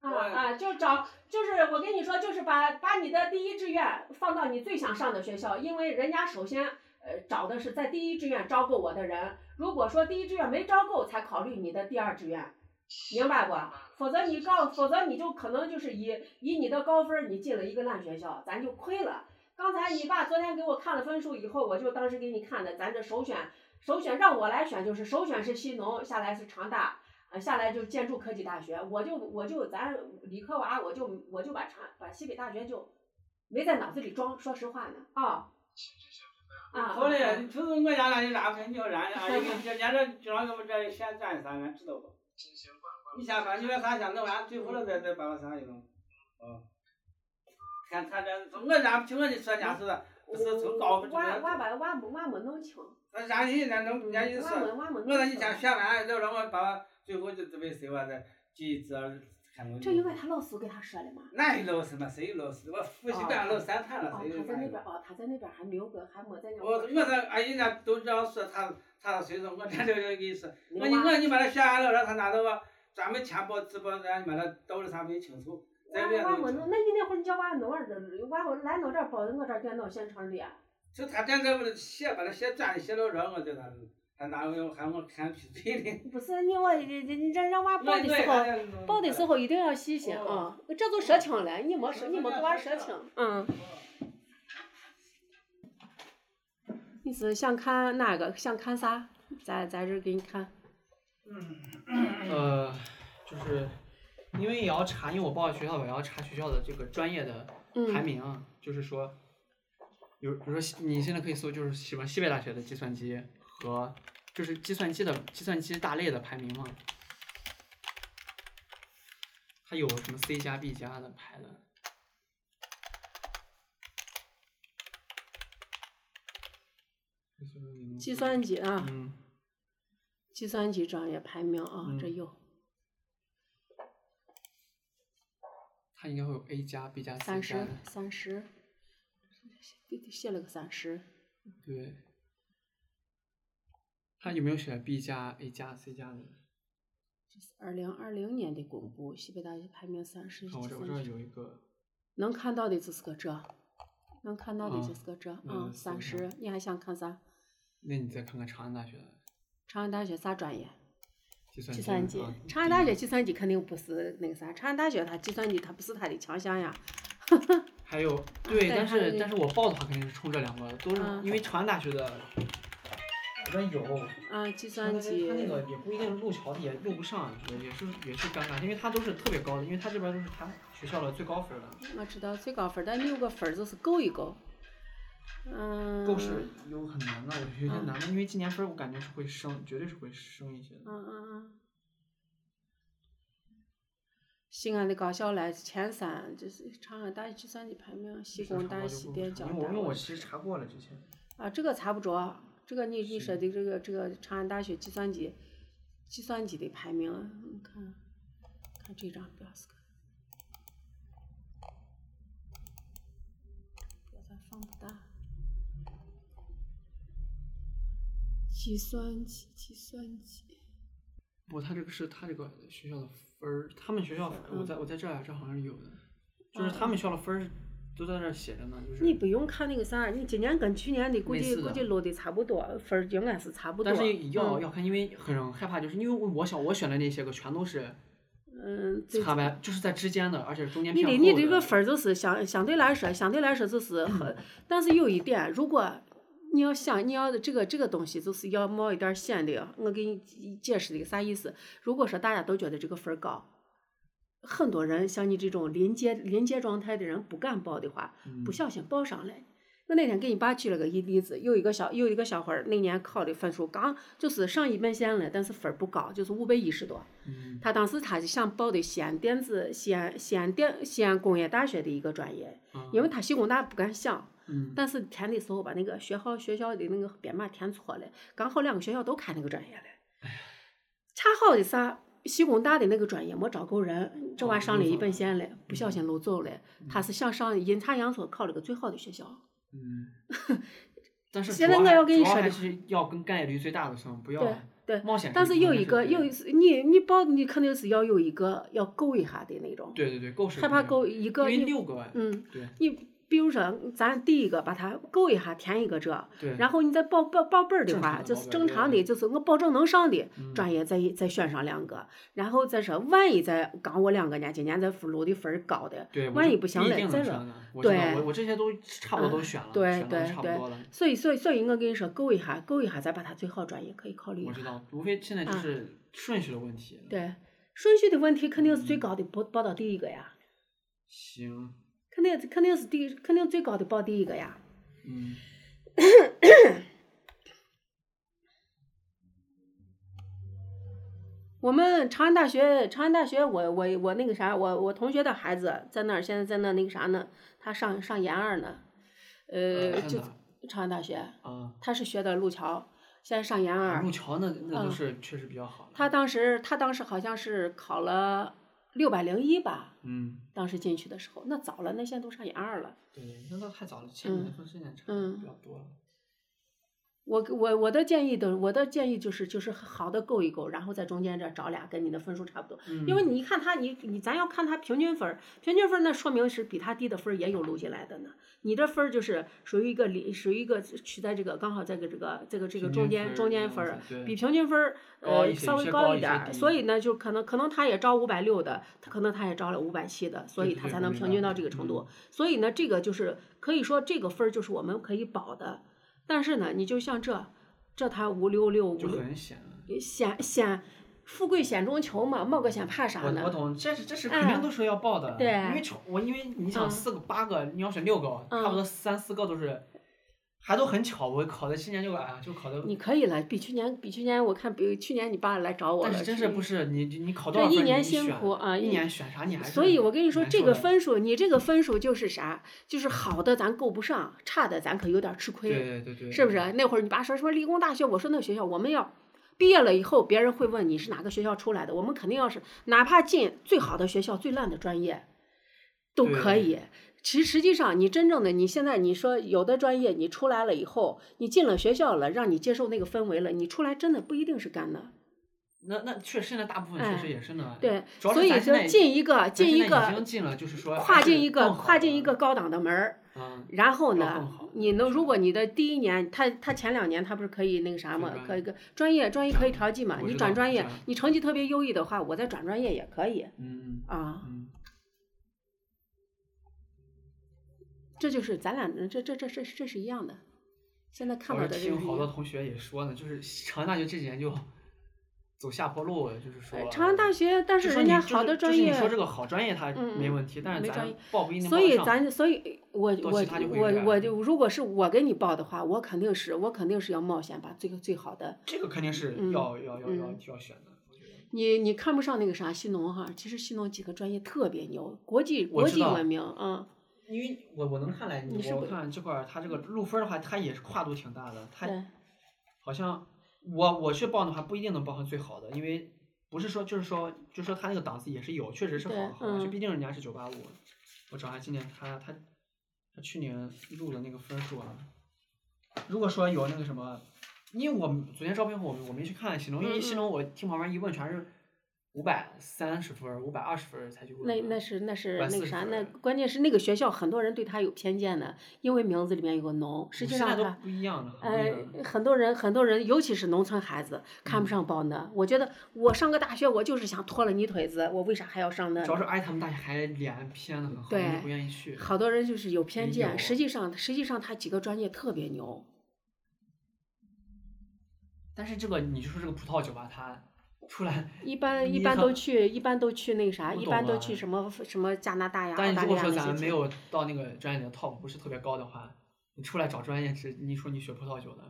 啊我啊，就找，就是我跟你说，就是把把你的第一志愿放到你最想上的学校，因为人家首先呃找的是在第一志愿招够我的人，如果说第一志愿没招够，才考虑你的第二志愿，明白不？否则你告，否则你就可能就是以以你的高分儿，你进了一个烂学校，咱就亏了。刚才你爸昨天给我看了分数以后，我就当时给你看的，咱这首选首选让我来选，就是首选是西农，下来是长大，呃，下来就建筑科技大学。我就我就咱理科娃，我就我就把长把西北大学就没在脑子里装，说实话呢啊啊后来啊初中我家那拉肯定要燃了，因为这年这主要给我们这先占三元，知道不？你想把你把啥想弄完，最后了再再把我啥一弄，哦。看他这，我家听我的说家是，是从高我分就我是，把我没我没弄清，嗯那家人家能人家意思。我没我没我那弄一天清。学完，要让我把最后就这为谁我这记这看东这因为他老师给他说的嘛。那有老师嘛？谁有老师？我复习班老师三摊了，哦，谁有他在班那了边哦，他在那边还没有个，还没哦在那。我我那哎，人家都这样说他，他谁说我这这这意思？你我你我你把他学完了，让他拿到我专门填报纸报，咱把他到了啥没清楚，咱娃也娃弄我清弄，楚。那你那会儿你叫娃弄儿的，娃我来我这儿抱着我这儿电脑现场练。就他站在我的写，把他写转写到热，我叫他，他哪有喊我看批嘴呢？不是你我你你让让娃报的时候，候报的时候一定要细心啊哎哦，这就说清了，你没说你没给娃说清，嗯。你是嗯想看哪个？想看啥？咱咱这儿给你看。嗯嗯呃，就是因为也要查，因为我报了学校，我要查学校的这个专业的排嗯名啊，就是说，有比如说西你现在可以搜就是什么西北大学的计算机和就是计算机的计算机大类的排名嘛，它有什么 C 加 B 加的排的。计算机啊，嗯，计算机专业排名啊，嗯这有它应该会有 A 加 B 加 C 加三十的，三十，给写了个三十。对，他有没有写 B 加 A 加 C 加的？二零二零年的公布，西北大学排名三十。哦看我这我这儿有一个，能看到的就是个这，能看到的啊就是个这那啊，就三是十。你还想看啥？那你再看看长安大学的长安大学啥专业？计算计机算机啊，长安大学对计算机肯定不是那个啥，长安大学它计算机它不是它的强项呀。还啊有对，但但是是但是我报的话肯定是冲这两个，都是啊因为长安大学的，我这有，啊，计长安算大学机它那个也不一定路桥也录不上，我觉得也是也是尴尬，因为它都是特别高的，因为它这边都是它学校的最高分的，我知道最高分儿，但你有个分儿就是够一够。嗯。够是有很难的，我觉得有些嗯难的，因为今年分儿我感觉是会升，绝对是会升一些的。嗯嗯嗯。西安的高校来前三，就是长安大学计算机排名，西这工查大、过就西不电、查交因为我大。因为我其实查过了之前。啊，这个查不着，这个你你是说的这个这个长安大学计算机计算机的排名，你看看这张表是个，表咋放不大？计算机，计算机，不，他这个是他这个学校的分儿，他们学校分儿我在嗯我在这儿，这好像是有的，就是他们学校的分儿都在这儿写着呢，就是。你不用看那个啥，你今年跟去年的估类计似估的计搂的差不多，分儿应该是差不多。但是要、嗯要看，因为很害怕，就是因为我想我选的那些个全都是嗯，最擦白，就是在之间的，而且中间你偏的厚你的这个分儿就是相相对来说，相对来说就是很，但是有一点，如果你要想你要这个这个东西，就是要冒一点险的。我给你解释的啥意思？如果说大家都觉得这个分儿高，很多人像你这种临界临界状态的人不敢报的话，嗯不小心报上来。我那天给你爸举了个一例子，有一个小有一个小伙儿那年考的分数刚就是上一本线了，但是分儿不高，就是五百一十多。嗯他当时他就想报的西安电子、西安西安电、西安工业大学的一个专业，嗯因为他西工大不敢想，嗯但是填的时候把那个学号学校的那个编码填错了，刚好两个学校都开那个专业了。恰好的啥，西工大的那个专业没招够人，这娃上了一本线了，不小心漏走了。他是想上阴差阳错考了个最好的学校，嗯，但是现主 在要我还要跟你主要说还的是要跟概率最大的算，不要对对冒险是。但是有一个有有一次你你报你肯定是要有一个要够一下的那种，对对对，够是害怕够一因个为你六个嗯对，你比如说咱第一个把它够一下填一个这，对，然后你再报报报本儿的正常话，的就是报正本儿常对的，就是我保证能上的嗯专业再再选上两个，然后再说万一再刚我两个呢，今年再复录的分儿高的，对，我万就一不行一嘞定再能说上的。我知道对嗯我我这些都差不多都选了，对选的对差不对多了。所以所以所以我跟你说够一下够一下，再把它最好专业可以考虑我一知下。道，无非现在就啊是顺序的问题。，对，顺序的问题肯定是最嗯高的报报到第一个呀，行，肯定肯定是第肯定最高的报第一个呀。嗯，我们长安大学，长安大学我，我我那个啥，我我同学的孩子在那儿，现在在那那个啥呢？他上上研二呢，呃，哦上就哪儿长安大学，啊，他是学的路桥，现在上研二哦路。桥那那都嗯是确实比较好了。他当时他当时好像是考了六百零一吧，嗯，当时进去的时候，那早了，那现在都上研二了。对对，那都太早了，前几年分现在差嗯比较多了。我我我的建议的，我的建议就是就是好的够一够，然后在中间这找俩跟你的分数差不多。嗯因为你一看他，你你咱要看他平均分儿，平均分儿那说明是比他低的分儿也有录进来的呢。你这分儿就是属于一个里，属于一个取在这个刚好在这个这个这个这个平中均间分中儿间这分样儿子对比平均分儿高一呃些稍有微些高高一一些点儿，低所以呢就可能可能他也招五百六的，他可能他也招了五百七的，所对以对他对才我能明平白均到这个程度。所以呢，这个就是可以说这个分儿就是我们可以保的，但是呢，你就像这这他五六六五就六很显了。显显富贵险中求嘛，冒个险怕啥我呢？我懂，这是这是肯定嗯都是要报的，对因为丑我因为你想嗯四个八个，你要选六个，嗯差不多三四个都是，还都很巧，我考的今年就哎呀就考的，你可以了，比去年比去年我看比去年你爸来找我了，但是真是不是你你考这多少分一你年你辛选苦啊，一一年选啥你还是所以，我跟你说，嗯难这受个的分数，你这个分数就是啥？就是好的咱够不上，差的咱可有点吃亏，对对对，是不是？那会儿你爸说什么理工大学，我说那学校我们要毕业了以后，别人会问你是哪个学校出来的，我们肯定要是哪怕进最好的学校、最烂的专业，都可对以。其实际上，你真正的你现在你说有的专业你出来了以后，你进了学校了，让你接受那个氛围了，你出来真的不一定是干的。那那确实现在大部分确实也是呢，对，主要所是以咱现说在进一个咱进现一在已个经进了，就是说跨还是进一个更好跨进了一个，高档的门儿，嗯，然后要更呢好，你能如果你的第一年，他他前两年他不是可以那个啥嘛转，专可以个专业专业可以调剂嘛，我你知转道专业转，你成绩特别优异的话，我再转专业也可以嗯啊。嗯这就是咱俩这这这这这是一样的，现在看我到是的这听个是好一多样。同学也说呢，就是长安大学这几年就走下坡路，就是说呃长安大学，但就是说人你家就是好的专就是业你，说这个好专业它嗯没嗯问题，但是没咱专业报不一定所报以上咱所以我到我其他就会有我点我就如果是我给你报的话，我肯定是我肯定是要冒险把最最好的这个肯定是嗯要要要要嗯要选的，我觉得。你你看不上那个啥西农哈，其实西农几个专业特别牛，国际我国知际道闻名啊、因为我我能看来，你是我嗯不看这块儿它这个录分儿的话，它也是跨度挺大的，它对，好像我我去报的话不一定能报上最好的，因为不是说就是说就是说他那个档次也是有，确实是对好好，就嗯毕竟人家是九八五，我找他今年他他他去年录的那个分数啊，如果说有那个什么，因为我们昨天招聘会我们我没去看新农，因为嗯嗯新农我听旁边一问全是五百三十分儿、五百二十分儿才去问那的那是那是管那个40啥，分那儿关键是那个学校很多人对他有偏见的，因为名字里面有个农，实际现在上都他。不一样了，很不一呃样了，很多人，很多人，尤其是农村孩子，看不嗯上报那。我觉得我上个大学，我就是想拖了泥腿子，我为啥还要上那呢？主要是挨他们大还脸偏的很好，我对就不愿意去。好多人就是有也偏见，有实际上实际上他几个专业特别牛，但是这个你就说这个葡萄酒吧，它出来一般一你般很都去一般都去那个啥，我一懂般都了去什么什么加拿大呀、澳但大如利果亚说那咱些们地没方。有到那个专业里的 top 不是特别高的话，你出来找专业是你说你学葡萄酒的，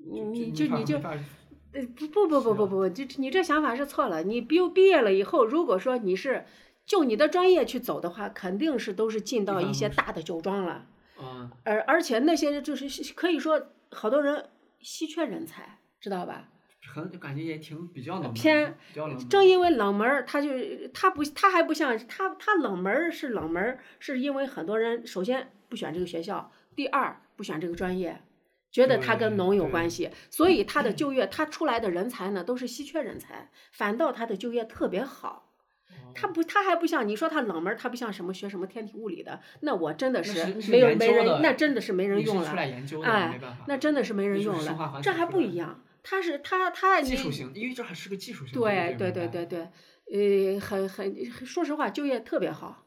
嗯你就就没你就法没法呃不不不啊不不不，就你这想法是错了。你毕毕业了以后，如果说你是就你的专业去走的话，肯定是都是进到一般一些都大的酒庄了，嗯，而而且那些就是可以说好多人稀缺人才，知道吧？很就感觉也挺比较冷门的偏比较冷门。正因为冷门儿，他就他不他还不像他他冷门儿是冷门儿，是因为很多人首先不选这个学校，第二不选这个专业，觉得它跟对农有对嗯关系，所以它的就业，它出来的人才呢都是稀缺人才，反倒它的就业特别好。哦它不，它还不像你说它冷门儿，它不像什么学什么天体物理的，那我真的那是是没有研没究人的，那真的是没人你是用出来了，研究的，哎没办法。那真的是没人你是用生化了环，这境还出不来一样。它是它它技你术型，因为这还是个技术型的对一个对对门对嗯派。对，呃，很很，说实话，就业特别 好。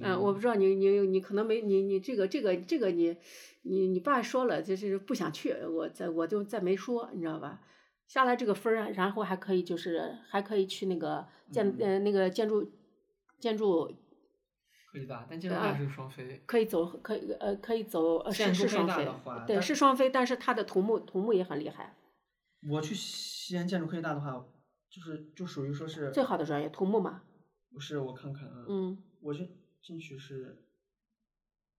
嗯，我不知道你你你可能没你你这个这个这个你你你爸说了，就是不想去，我再我就再没说，你知道吧？下来这个分儿啊，然后还可以就是还可以去那个建、呃那个建筑建筑可以的，但建筑大啊是双飞。可以走可以呃可以走呃建是筑是类双大飞的话，对但是双飞，但是它的土木土木也很厉害，我去西安建筑科技大的话，就是就属于说是最好的专业土木嘛，不是我看看啊，嗯我就进去是